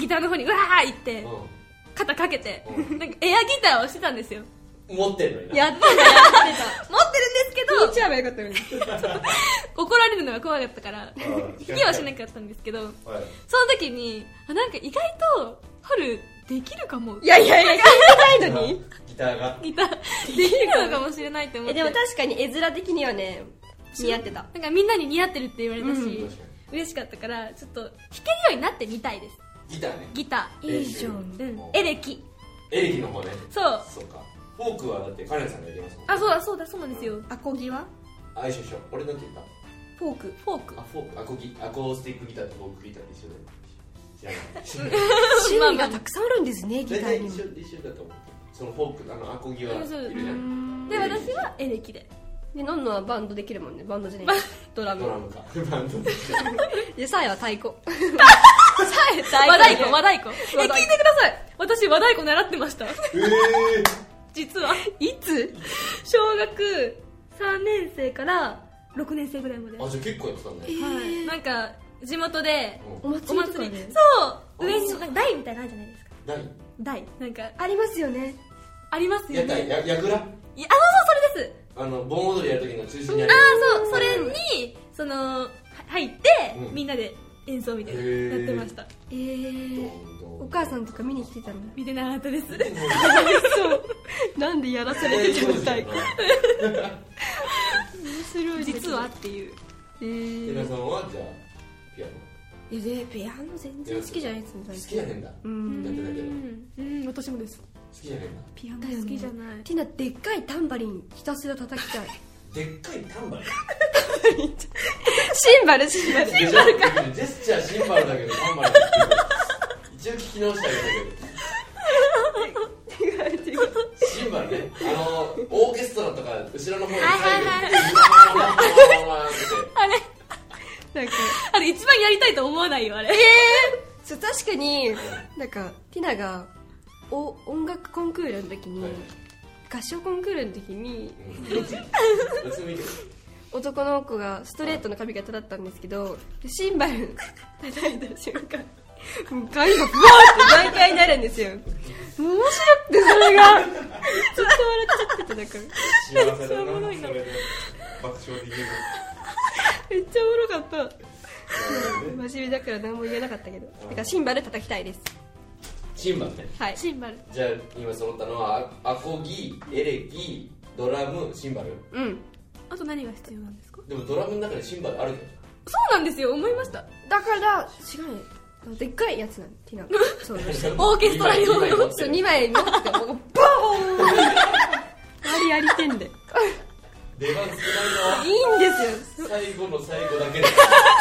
Speaker 3: ギターの方にうわーいって肩かけて、
Speaker 2: うん
Speaker 3: なんかエアギターをしてたんですよ
Speaker 2: うん持ってんのにな
Speaker 1: やってたやってた
Speaker 3: 持ってるんですけど
Speaker 1: 聞 いちゃえばよかったのに
Speaker 3: 怒られるのが怖かったから
Speaker 2: ー
Speaker 3: 引きはしなかったんですけどその
Speaker 2: はい
Speaker 3: 時にあなんか意外と春できるかも
Speaker 1: いやいやいや聞いてないのに
Speaker 2: ギターが
Speaker 3: ギターできるのかもしれないと思っ
Speaker 1: え
Speaker 3: て
Speaker 1: でも確かに絵面的にはね似合ってた
Speaker 3: なんかみんなに似合ってるって言われたし、
Speaker 1: うん
Speaker 2: 確か
Speaker 3: 嬉しかったからちょっと弾けるようになってみたいです
Speaker 2: ギターね
Speaker 3: ギター
Speaker 2: いいじゃん
Speaker 3: うん、エレキ
Speaker 2: エレキの方ね
Speaker 3: そう
Speaker 2: そうかフォークはだってカレンさんがやりますもん
Speaker 3: あそうだそうだそうなんですよ
Speaker 1: アコギは
Speaker 2: あ一緒一緒俺なんて言った
Speaker 1: フォーク
Speaker 3: フォーク
Speaker 2: あフォークアコギアコースティックギターとフォークギターって一緒 だよ知らない
Speaker 1: 種類がたくさんあるんですねギ
Speaker 2: 大
Speaker 1: ター
Speaker 2: 体
Speaker 1: に
Speaker 2: 一
Speaker 1: も
Speaker 2: 緒一緒だと思うそのフォークあのアコギはいるじゃん
Speaker 3: で私はエレキで
Speaker 1: でノンノはバンドできるもんねバンドじゃ ないドラ
Speaker 2: ドラ
Speaker 1: ム
Speaker 2: ム かバンドで
Speaker 1: でサイは太 鼓
Speaker 3: 和
Speaker 1: 和
Speaker 3: 太
Speaker 1: 太
Speaker 3: 鼓
Speaker 1: 鼓
Speaker 3: 和太鼓え
Speaker 1: 和
Speaker 3: 聞い
Speaker 1: 太鼓
Speaker 3: てください私和太鼓習ってました
Speaker 2: え
Speaker 3: 実はい
Speaker 1: つ
Speaker 3: 小学3年生から6年生ぐらいまで
Speaker 2: ー、あじゃあ結構やってたんだよ
Speaker 3: はい、なんか地元で
Speaker 1: お
Speaker 2: うん
Speaker 1: 祭りとか
Speaker 3: お
Speaker 1: ね
Speaker 3: そう上になんか台みたいなのあるじゃないですか
Speaker 2: 何
Speaker 3: 台なんか
Speaker 1: ありますよね
Speaker 3: ありますよ
Speaker 2: や
Speaker 3: ね
Speaker 2: ったややぐら
Speaker 3: いやあそうそうそれです
Speaker 2: あの盆踊りやる時の中心にあ
Speaker 3: あ
Speaker 2: る
Speaker 3: あそうそれにそのは入って、
Speaker 2: うん
Speaker 3: みんなで演奏みたいな
Speaker 2: へー
Speaker 3: やってました
Speaker 1: えーお母さんとか見に来てたんだ
Speaker 3: 見てなかったです
Speaker 1: そう なんでやらされてたみたい面白い
Speaker 3: 実はっていう
Speaker 1: えー
Speaker 2: 皆さんはじゃあピアノ
Speaker 1: えでピアノ全然好きじゃないですもん
Speaker 2: 好
Speaker 1: 最
Speaker 2: きやねんだ
Speaker 1: うん
Speaker 2: やってないけど
Speaker 3: うん私もです
Speaker 2: 好きやねんだ
Speaker 3: ピアノ
Speaker 1: だよね
Speaker 3: 好きじゃない、
Speaker 1: ティナでっかいタンバリンひたすら叩きたい
Speaker 2: でっかいタンバリン
Speaker 1: シンバルシンバル
Speaker 2: シンバルかジェスチャーシンバルだけどタンバリンって言う一応聞き直してあげた
Speaker 1: 違う違う
Speaker 2: けどシンバルねあのオーケストラとか後ろの方に
Speaker 3: はい
Speaker 2: 最後に
Speaker 3: あれ
Speaker 1: なんか
Speaker 3: あれ一番やりたいと思わないよあれ
Speaker 1: そう確かになんかティナがお音楽コンクールの時に、
Speaker 2: はい
Speaker 1: 合唱コンクールの時に
Speaker 2: うん別にいいけど
Speaker 1: 男の子がストレートの髪型だったんですけどシンバル叩いた瞬間もう髪がブワーって毎回になるんですよ面白くてそ れがずっと笑っちゃってただから
Speaker 2: 幸せ
Speaker 1: めっちゃ
Speaker 2: だ
Speaker 1: おもろ
Speaker 2: ない
Speaker 1: な
Speaker 2: それで爆笑できる
Speaker 1: めっちゃおもろかった真面目だから何も言えなかったけどだからシンバル叩きたいです
Speaker 2: シンバルね
Speaker 1: はい
Speaker 3: シンバル
Speaker 2: じゃあ今揃ったのはアアコギエレキドラムシンバル
Speaker 1: うん
Speaker 3: あと何が必要なんですか
Speaker 2: でもドラムの中にシンバルあるけど
Speaker 3: そうなんですよ思いました
Speaker 1: だから違うねあのでっかいやつなのティ ナそう
Speaker 3: オーケストラ用の
Speaker 1: そう2枚持ってたらボーンあれやりてんでいいんで
Speaker 2: 出番少ない
Speaker 1: すよ
Speaker 2: な最後の最後だけ で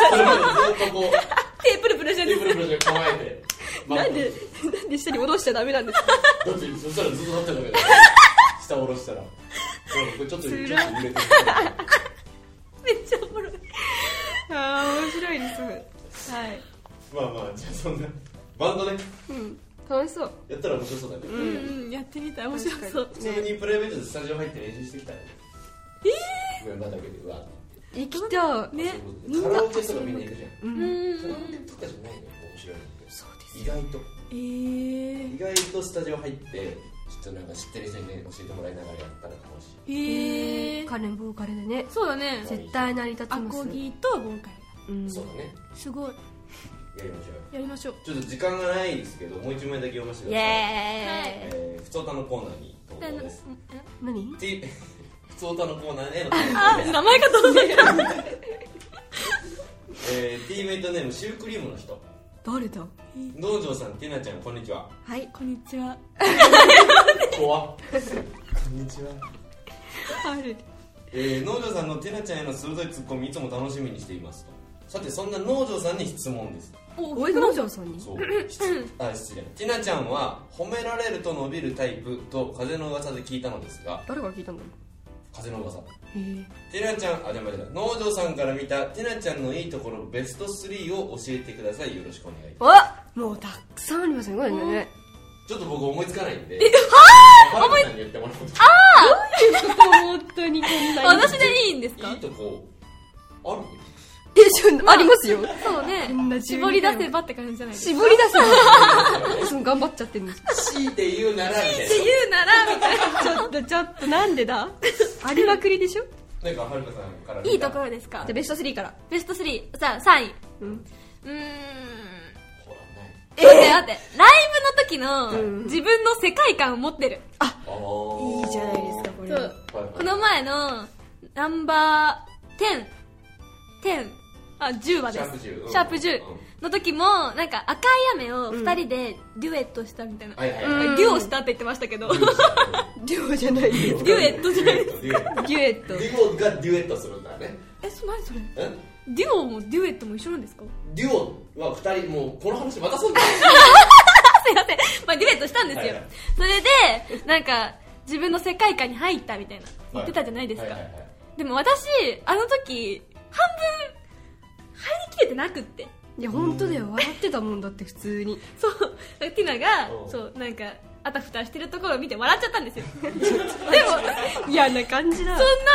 Speaker 2: それまでずっとこ う
Speaker 3: 手プルプルして
Speaker 2: テ
Speaker 3: る
Speaker 2: ーブルブルで構えて
Speaker 1: なんでなんで下に戻しちゃダメなんですか
Speaker 2: だってそしたらずっと立ってるだけだよ下下ろしたらうんこれちょっとちょっと揺れて る
Speaker 3: めっちゃおもろい
Speaker 1: ああ面白いですはい
Speaker 2: まあまあじゃあそんなバンドね
Speaker 1: うん楽しそう
Speaker 2: やったら面白そうだね、
Speaker 3: うんうんやってみたい面白そう
Speaker 2: ちなみにプライベートでスタジオ入って練習してきたらえメンバーだけでうわ
Speaker 1: 行きたい
Speaker 3: ね
Speaker 2: そうカラオケとかみんな行くじゃん
Speaker 1: う
Speaker 3: うん
Speaker 2: カラオケ
Speaker 3: ん
Speaker 2: とかじゃないのよ面白いのって
Speaker 1: そうです
Speaker 2: 意外と
Speaker 3: えー
Speaker 2: 意外とスタジオ入ってちょっとなんか知ってる人にね教えてもらいながらやったら楽しい
Speaker 3: え
Speaker 1: え
Speaker 3: ー
Speaker 1: 彼のボーカルでね
Speaker 3: そうだね
Speaker 2: そう
Speaker 1: 絶対成り立ち
Speaker 3: ア
Speaker 1: ます
Speaker 3: コギとボーカル
Speaker 1: うん
Speaker 2: そうだね
Speaker 3: すごい
Speaker 2: やりましょうよ
Speaker 3: やりましょう
Speaker 2: ちょっと時間がないですけどもう一枚だけ読ませてく
Speaker 1: イ
Speaker 2: ださ
Speaker 1: エーイ
Speaker 2: いえー、ふつおたのコーナーに投稿です。
Speaker 1: 何
Speaker 2: て、ふつおたのコーナーへの投
Speaker 3: あ
Speaker 2: 稿です。
Speaker 3: 名前かと思った
Speaker 2: えー、ティーメイトネーム、シュークリームの人。
Speaker 1: 誰だ
Speaker 2: 道場さん、てなちゃん、こんにちは。
Speaker 1: はい
Speaker 3: こんにちは
Speaker 2: 怖っ。こんにちは。
Speaker 1: ある
Speaker 2: えー、農場さんのてなちゃんへの鋭いツッコミ、いつも楽しみにしていますと。さて、そんな農場さんに質問です。
Speaker 1: おい農場さんに
Speaker 2: そう。質あ、失礼。てなちゃんは、褒められると伸びるタイプと、風の噂で聞いたのですが、
Speaker 1: 誰から聞いたんだろ
Speaker 2: 風の噂。
Speaker 1: うへ
Speaker 2: てなちゃん、あ、でも間違えた。農場さんから見た、てなちゃんのいいところ、ベスト3を教えてください。よろしくお願いします。
Speaker 1: えもうたくさんありますねこれね
Speaker 2: ちょっと僕思いつかないんで。はぁ思いつかな
Speaker 1: 本当にこんな
Speaker 3: 私でいいんですか
Speaker 2: いいとこ、ある
Speaker 1: えちょありますよ
Speaker 3: そうね
Speaker 1: こんな12
Speaker 3: 絞り出せばって感じじゃないですか
Speaker 1: 絞り出せばその 頑張っちゃってるんです
Speaker 2: 強いて言うなら、み
Speaker 3: って言うならみたいな
Speaker 1: ちょっとちょっとなんでだありまくりでしょじ
Speaker 2: たいな。なんか、はるかさんから見た。
Speaker 3: いいところですか
Speaker 1: ゃあベスト3から
Speaker 3: ベスト3さあ3位
Speaker 1: うん
Speaker 3: うーん
Speaker 2: ほら、ない。
Speaker 3: 待って待ってライブの時
Speaker 1: うん
Speaker 3: の自分の世界観を持ってる
Speaker 2: あー
Speaker 1: いいじゃないですかこれ
Speaker 3: そう
Speaker 2: はいはい
Speaker 3: この前のナンバー1010あ10話
Speaker 2: シ
Speaker 3: で
Speaker 2: ャープ
Speaker 3: す
Speaker 2: 10。うん
Speaker 3: シャープ10
Speaker 2: うん
Speaker 3: の時もなんか赤い雨を2人でデュエットしたみたいな、
Speaker 2: はいはい
Speaker 1: うん
Speaker 2: はい。
Speaker 3: デュオしたって言ってましたけど
Speaker 2: デュオした
Speaker 1: デュオじゃないです
Speaker 3: デュエットじゃない
Speaker 2: デュエット。
Speaker 1: デュエット
Speaker 2: デュオがデュエットするんだね。
Speaker 3: えそ何それ
Speaker 2: うん
Speaker 3: デュオもデュエットも一緒なんですか
Speaker 2: デュオは二人、もうこの話またそうだ
Speaker 3: すいません、まあ、デュエットしたんで
Speaker 2: は
Speaker 3: すよ、
Speaker 2: いはい
Speaker 3: それでなんか自分の世界観に入ったみたいな 言ってたじゃないですか、
Speaker 2: ははいはいはい
Speaker 3: でも私あの時半分入りきれてなくって
Speaker 1: いや本当だよ笑ってたもんだって普通に
Speaker 3: そうだからティナが
Speaker 2: うん
Speaker 3: そうなんかあたふたしてるところを見て笑っちゃった んですよでも
Speaker 1: 嫌な感じだ
Speaker 3: そんな、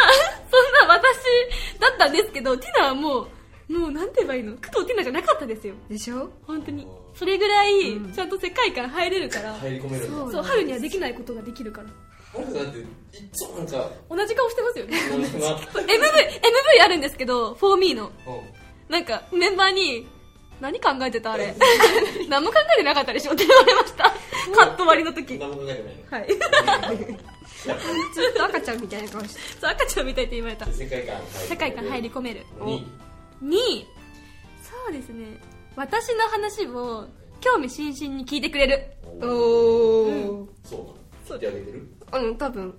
Speaker 3: そんな私だったんですけど、ティナはもう、もうなんて言えばいいの工藤ティナじゃなかったですよ。
Speaker 1: でしょ
Speaker 3: 本当に。それぐらい、ちゃんと世界観入れるから、
Speaker 2: 入り込めるんだ。
Speaker 1: そう
Speaker 3: そう、春にはできないことができるから。
Speaker 2: はるかさんだって、いっつも なんか、
Speaker 3: 同じ顔してますよね。
Speaker 2: なんかな、
Speaker 3: そう MV、MV あるんですけど、フォーミーの。
Speaker 2: うん
Speaker 3: なんか、メンバーに、何考えてたあれ。 何も考えてなかったでしょって言われました。カット割りの時。
Speaker 2: 何も考えてないの
Speaker 1: はい
Speaker 2: やっ ぱ
Speaker 1: ちょっと赤ちゃんみたいな顔して
Speaker 3: そう、赤ちゃんみたいって言われた
Speaker 2: り。世界観
Speaker 3: 世界観入り込める。
Speaker 2: に
Speaker 3: にそうですね私の話を興味津々に聞いてくれる
Speaker 1: お
Speaker 3: う
Speaker 1: お
Speaker 2: そうなの聞いてあげてる
Speaker 1: うん多分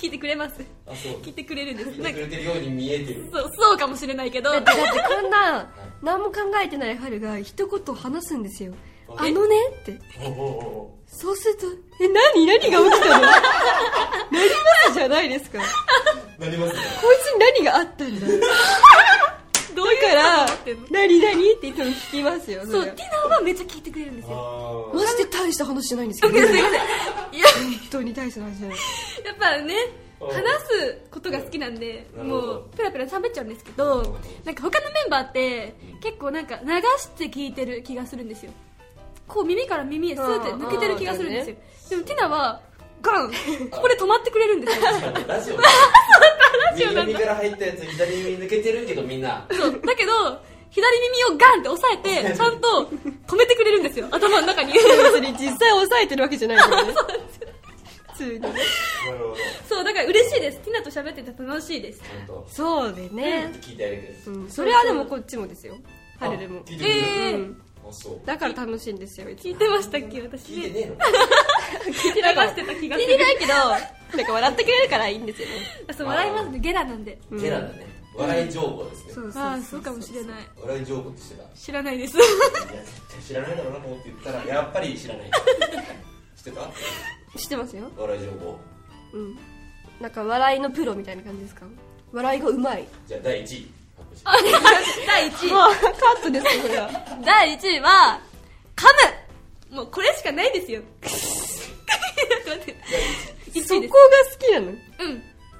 Speaker 3: 聞いてくれます
Speaker 2: あそう
Speaker 3: 聞いてくれるんです
Speaker 2: 聞いて
Speaker 3: なん
Speaker 2: く
Speaker 3: か
Speaker 2: れてるように見えてる
Speaker 3: そうそうかもしれないけど
Speaker 1: だってだってこんな何も考えてない春が一言話すんですよ
Speaker 2: あ
Speaker 1: あのねって
Speaker 2: おうおうおう
Speaker 1: そうするとえ何何が起きたの なりますじゃないですか
Speaker 2: なりますね
Speaker 1: こいつに何があったんだどうから
Speaker 3: ってんの
Speaker 1: 何何っていつも聞きますよ
Speaker 3: そう
Speaker 1: れ
Speaker 3: ティナはめっちゃ聞いてくれるんです
Speaker 2: あ
Speaker 3: よ
Speaker 2: ー
Speaker 1: マジで大した話じゃないんです
Speaker 3: す
Speaker 1: け
Speaker 3: い
Speaker 1: ど
Speaker 3: ませんいや
Speaker 1: 本当に大した話じゃない
Speaker 3: やっぱね
Speaker 2: うん
Speaker 3: 話すことが好きなんで
Speaker 2: なる
Speaker 3: も
Speaker 2: ほど
Speaker 3: うペラペラ喋っちゃうんですけどなんか他のメンバーって結構なんか流して聞いてる気がするんですよこう耳から耳へスーって抜けてる気がするんですよでもティナはガンここで止まってくれるんですよ
Speaker 2: ラジオ
Speaker 3: ジオなんだ
Speaker 2: 右耳から入ったやつ左耳抜けてるけどみんな
Speaker 3: そうだけど左耳をガンって押さえてちゃんと止めてくれるんですよ頭の中に
Speaker 1: 別に実際抑えてるわけじゃないからね 普通に
Speaker 2: なるほど
Speaker 3: そうだから嬉しいですティナと喋ってて楽しいです
Speaker 2: ちゃんと
Speaker 1: そうでね、
Speaker 2: 聞いてあげてる
Speaker 1: うん、それはでもこっちもですよハルルも
Speaker 2: あ聞いてくれる
Speaker 3: え
Speaker 1: う
Speaker 3: ー
Speaker 1: ん
Speaker 2: あそう
Speaker 1: だから楽しいんですよいつも
Speaker 3: 聞いてましたっけ私
Speaker 2: 聞いてね
Speaker 3: 聞いて流してた気が
Speaker 1: 聞い
Speaker 3: す
Speaker 1: て
Speaker 3: る
Speaker 1: ないけどなんか笑ってくれるからいいんですよね
Speaker 3: あそう笑いますねゲラなんで
Speaker 2: えのゲラだね笑い情報ですね
Speaker 1: そう
Speaker 3: ああそうかもしれない
Speaker 2: 笑い情報ってしてたい
Speaker 3: 知らないです
Speaker 2: や絶対知らないだろうなと思って言ったらやっぱり知 らない知ってた
Speaker 1: 知ってますよ
Speaker 2: 笑い情報
Speaker 1: うんなんか笑いのプロみたいな感じですか笑いがうまいも
Speaker 2: じゃあ第1位発表して
Speaker 3: 第
Speaker 1: う
Speaker 3: 1位
Speaker 1: カットですよこれは
Speaker 3: 第1位は噛むもうこれしかないですよ待って1位です
Speaker 1: そこが好きなの
Speaker 3: うん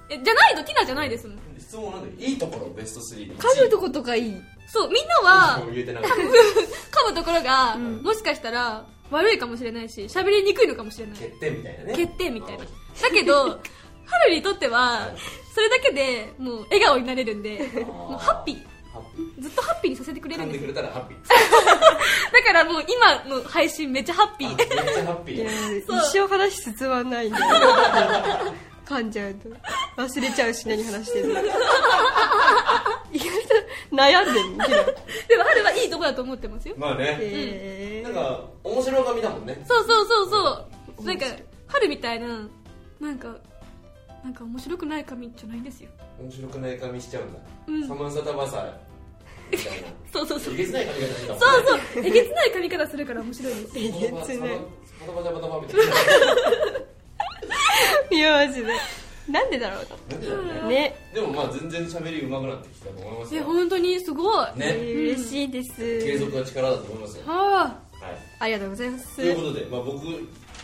Speaker 3: えじゃないとティナじゃないですもん
Speaker 2: 質問なんでいいところベスト3
Speaker 1: 噛むとことかいい
Speaker 3: そうみんなは
Speaker 2: も言えてなかった
Speaker 3: 噛むところが、もしかしたら悪いかもしれないし喋りにくいのかもしれない
Speaker 2: 欠点みたいなね
Speaker 3: 欠点みたい
Speaker 2: う
Speaker 3: な
Speaker 2: ん
Speaker 3: だけ どハルにとってはそれだけでもう笑顔になれるんでもうハッピー
Speaker 2: ハッピー
Speaker 3: ずっとハッピーにさせてくれる
Speaker 2: 噛
Speaker 3: ん
Speaker 2: ん
Speaker 3: で
Speaker 2: ですく
Speaker 3: よ
Speaker 2: れたらハッピー
Speaker 3: だからもう今の配信めっちゃハッピ
Speaker 2: あめっ
Speaker 3: ー
Speaker 2: ちゃハッピ
Speaker 1: いや
Speaker 2: ー
Speaker 1: 一生話進まないんで噛んじゃうと忘れちゃうし何話してるの意外と悩んでるの
Speaker 3: でもハルはいいとこだと思ってますよ
Speaker 2: まあね
Speaker 1: え
Speaker 2: なんか面白がみだもんね
Speaker 3: そうそうそうそうなんかハルみたいななんかなんか面白くない髪じゃないんですよ
Speaker 2: 面白くない髪しちゃうんだ、
Speaker 3: うん
Speaker 2: サマンサタバサみたいな
Speaker 3: そうそうそう
Speaker 2: えげつない髪型してたもんね
Speaker 3: そうそうえげつない髪型するから面白いです
Speaker 1: えげつない
Speaker 2: サバサバサバサバみたいな
Speaker 1: 美容師でなんでだろうと
Speaker 2: なんでだろうね
Speaker 1: ね
Speaker 2: でもまあ全然喋り上手くなってきたと思います
Speaker 3: え
Speaker 2: よ
Speaker 3: 本当にすごい、
Speaker 1: え
Speaker 2: ね
Speaker 1: ー嬉しいで
Speaker 2: 継
Speaker 1: す
Speaker 2: 続が力だと思いますよ
Speaker 3: は
Speaker 2: はい
Speaker 1: ありがとうございます
Speaker 2: ということでまあ僕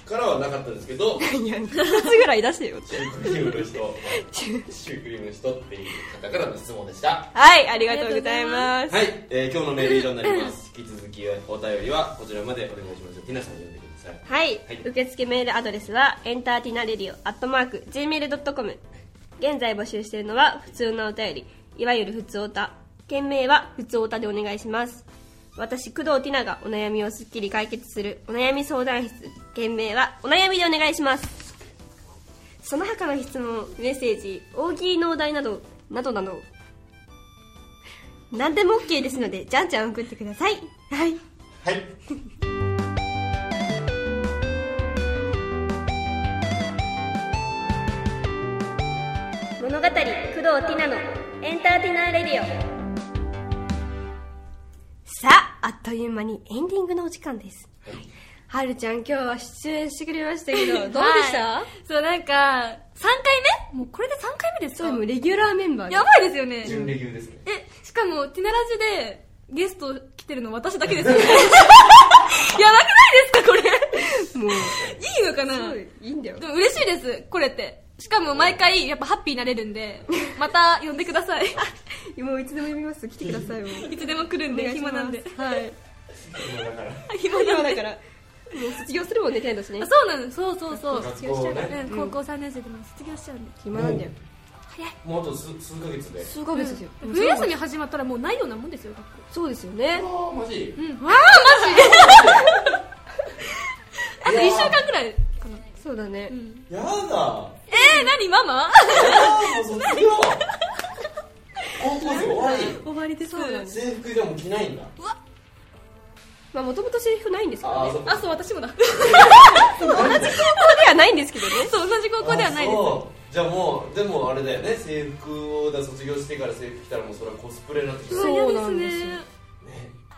Speaker 2: からはなかったですけど
Speaker 1: いや2つぐらい出せよ
Speaker 2: シュークリームの 人シュークリームの人っていう方からの質問でした
Speaker 1: はいありがとうございます
Speaker 2: はい、えー今日のメール以上になります。引き続きお便りはこちらまでお願いします。ティナさん呼んでください。
Speaker 1: はい、
Speaker 2: はい
Speaker 1: 受付メールアドレスはエンターティナレディオアットマーク Gmail.com 現在募集しているのは普通のお便りいわゆる普通おた件名は普通おたでお願いします私工藤ティナがお悩みをすっきり解決するお悩み相談室件名はお悩みでお願いしますその他の質問メッセージ大喜利のお題などなどなど何でも OK ですのでじゃんじゃん送ってくださいはい
Speaker 2: はい。
Speaker 1: 物語工藤ティナのエンターテイナーレディオさああっという間にエンディングのお時間ですはるちゃん今日は出演してくれましたけどどうで
Speaker 3: い
Speaker 1: した、
Speaker 3: はいそうなんか3回目もうこれで3回目です
Speaker 1: そう
Speaker 3: か
Speaker 1: もうレギュラーメンバーで
Speaker 3: やばいですよね
Speaker 2: 準レギュですね。
Speaker 3: えしかもティナラジでゲスト来てるの私だけです よねやばくないですかこれ
Speaker 1: もう
Speaker 3: いいのかな
Speaker 1: そういいんだよ
Speaker 3: でも嬉しいですこれってしかも毎回やっぱハッピーになれるんでまた呼んでください
Speaker 1: もういつでも読みます来てくださいよ
Speaker 3: いつでも来るんで暇なんで
Speaker 1: はい
Speaker 2: 今だから
Speaker 3: 暇
Speaker 1: 今
Speaker 3: なん
Speaker 1: だ
Speaker 3: で
Speaker 1: からもう卒業するもんねティナだしね
Speaker 3: あそうなのそうそうそう
Speaker 2: 学校をね
Speaker 3: うん高校3年生でも卒業しちゃうんで
Speaker 1: 暇なんだよ
Speaker 3: 早い
Speaker 2: もうあと数数ヶ月で。
Speaker 1: 数ヶ月ですよ
Speaker 3: 冬休み始まったらもうないようなもんですよ学校
Speaker 1: そうですよね
Speaker 2: ああマジ。
Speaker 3: うんわあマジあと1週間くらいかな
Speaker 1: そうだね、
Speaker 3: うん
Speaker 2: やだ。あ
Speaker 3: えー、何ママ
Speaker 2: あもう卒業。高校生終わり。
Speaker 1: 終わりでそう なんです
Speaker 2: 制服じゃもう着ないんだ。
Speaker 3: うわ
Speaker 1: まあもともと制服ないんですけど
Speaker 2: あ
Speaker 1: ね
Speaker 2: あそう。
Speaker 3: あそう私もだ
Speaker 1: 高校ではないんですけどね
Speaker 3: そう同じ高校ではないで
Speaker 2: あ
Speaker 3: す
Speaker 2: そうじゃあもうでもあれだよね制服をだ卒業してから制服着たらもうそれはコスプレになってきた
Speaker 1: そう
Speaker 2: ね
Speaker 1: そうなんですよ
Speaker 3: 嫌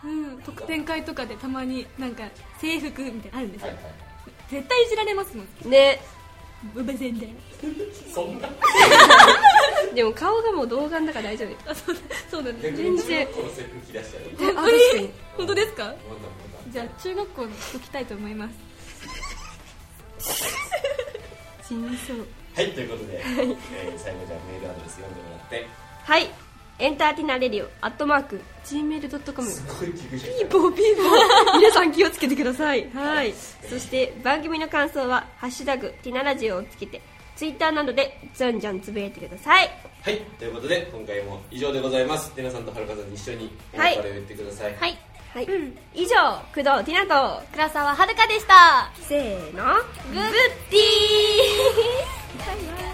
Speaker 3: うん、特典会とかでたまになんか制服みたいなのあるんです
Speaker 2: は
Speaker 3: よ
Speaker 2: いはい
Speaker 3: 絶対いじられますもん
Speaker 1: ね
Speaker 3: 無全然
Speaker 2: そんな
Speaker 1: でも顔がもう童顔だから大丈夫よ
Speaker 3: あそうだそうなんです
Speaker 2: 逆
Speaker 1: 全
Speaker 2: に
Speaker 1: 然
Speaker 2: この制服着だしたら
Speaker 1: あ確かに
Speaker 3: 本当ですか
Speaker 2: まだまだ
Speaker 3: じゃあ中学校の服着たいと思います
Speaker 1: 死にそう
Speaker 2: はいということで、えー最後じゃあメールアドレス読んでもらって
Speaker 1: はいエンターティナーレディオアットマーク Gmail.com
Speaker 2: すごい聞くじゃん
Speaker 1: ピーポーピーポ ー皆さん気をつけてくださいはいそして番組の感想は「ハッシュタグティナラジオ」をつけてツイッターなどでじゃんじゃんつぶやいてください
Speaker 2: はいということで今回も以上でございます皆さんとはるかさんに一緒にお
Speaker 1: はい
Speaker 2: 別れを言ってください、
Speaker 3: はい
Speaker 1: はい、以上工藤ティナと
Speaker 3: 倉沢遥でした
Speaker 1: せーの
Speaker 3: グッディー
Speaker 1: バイバイ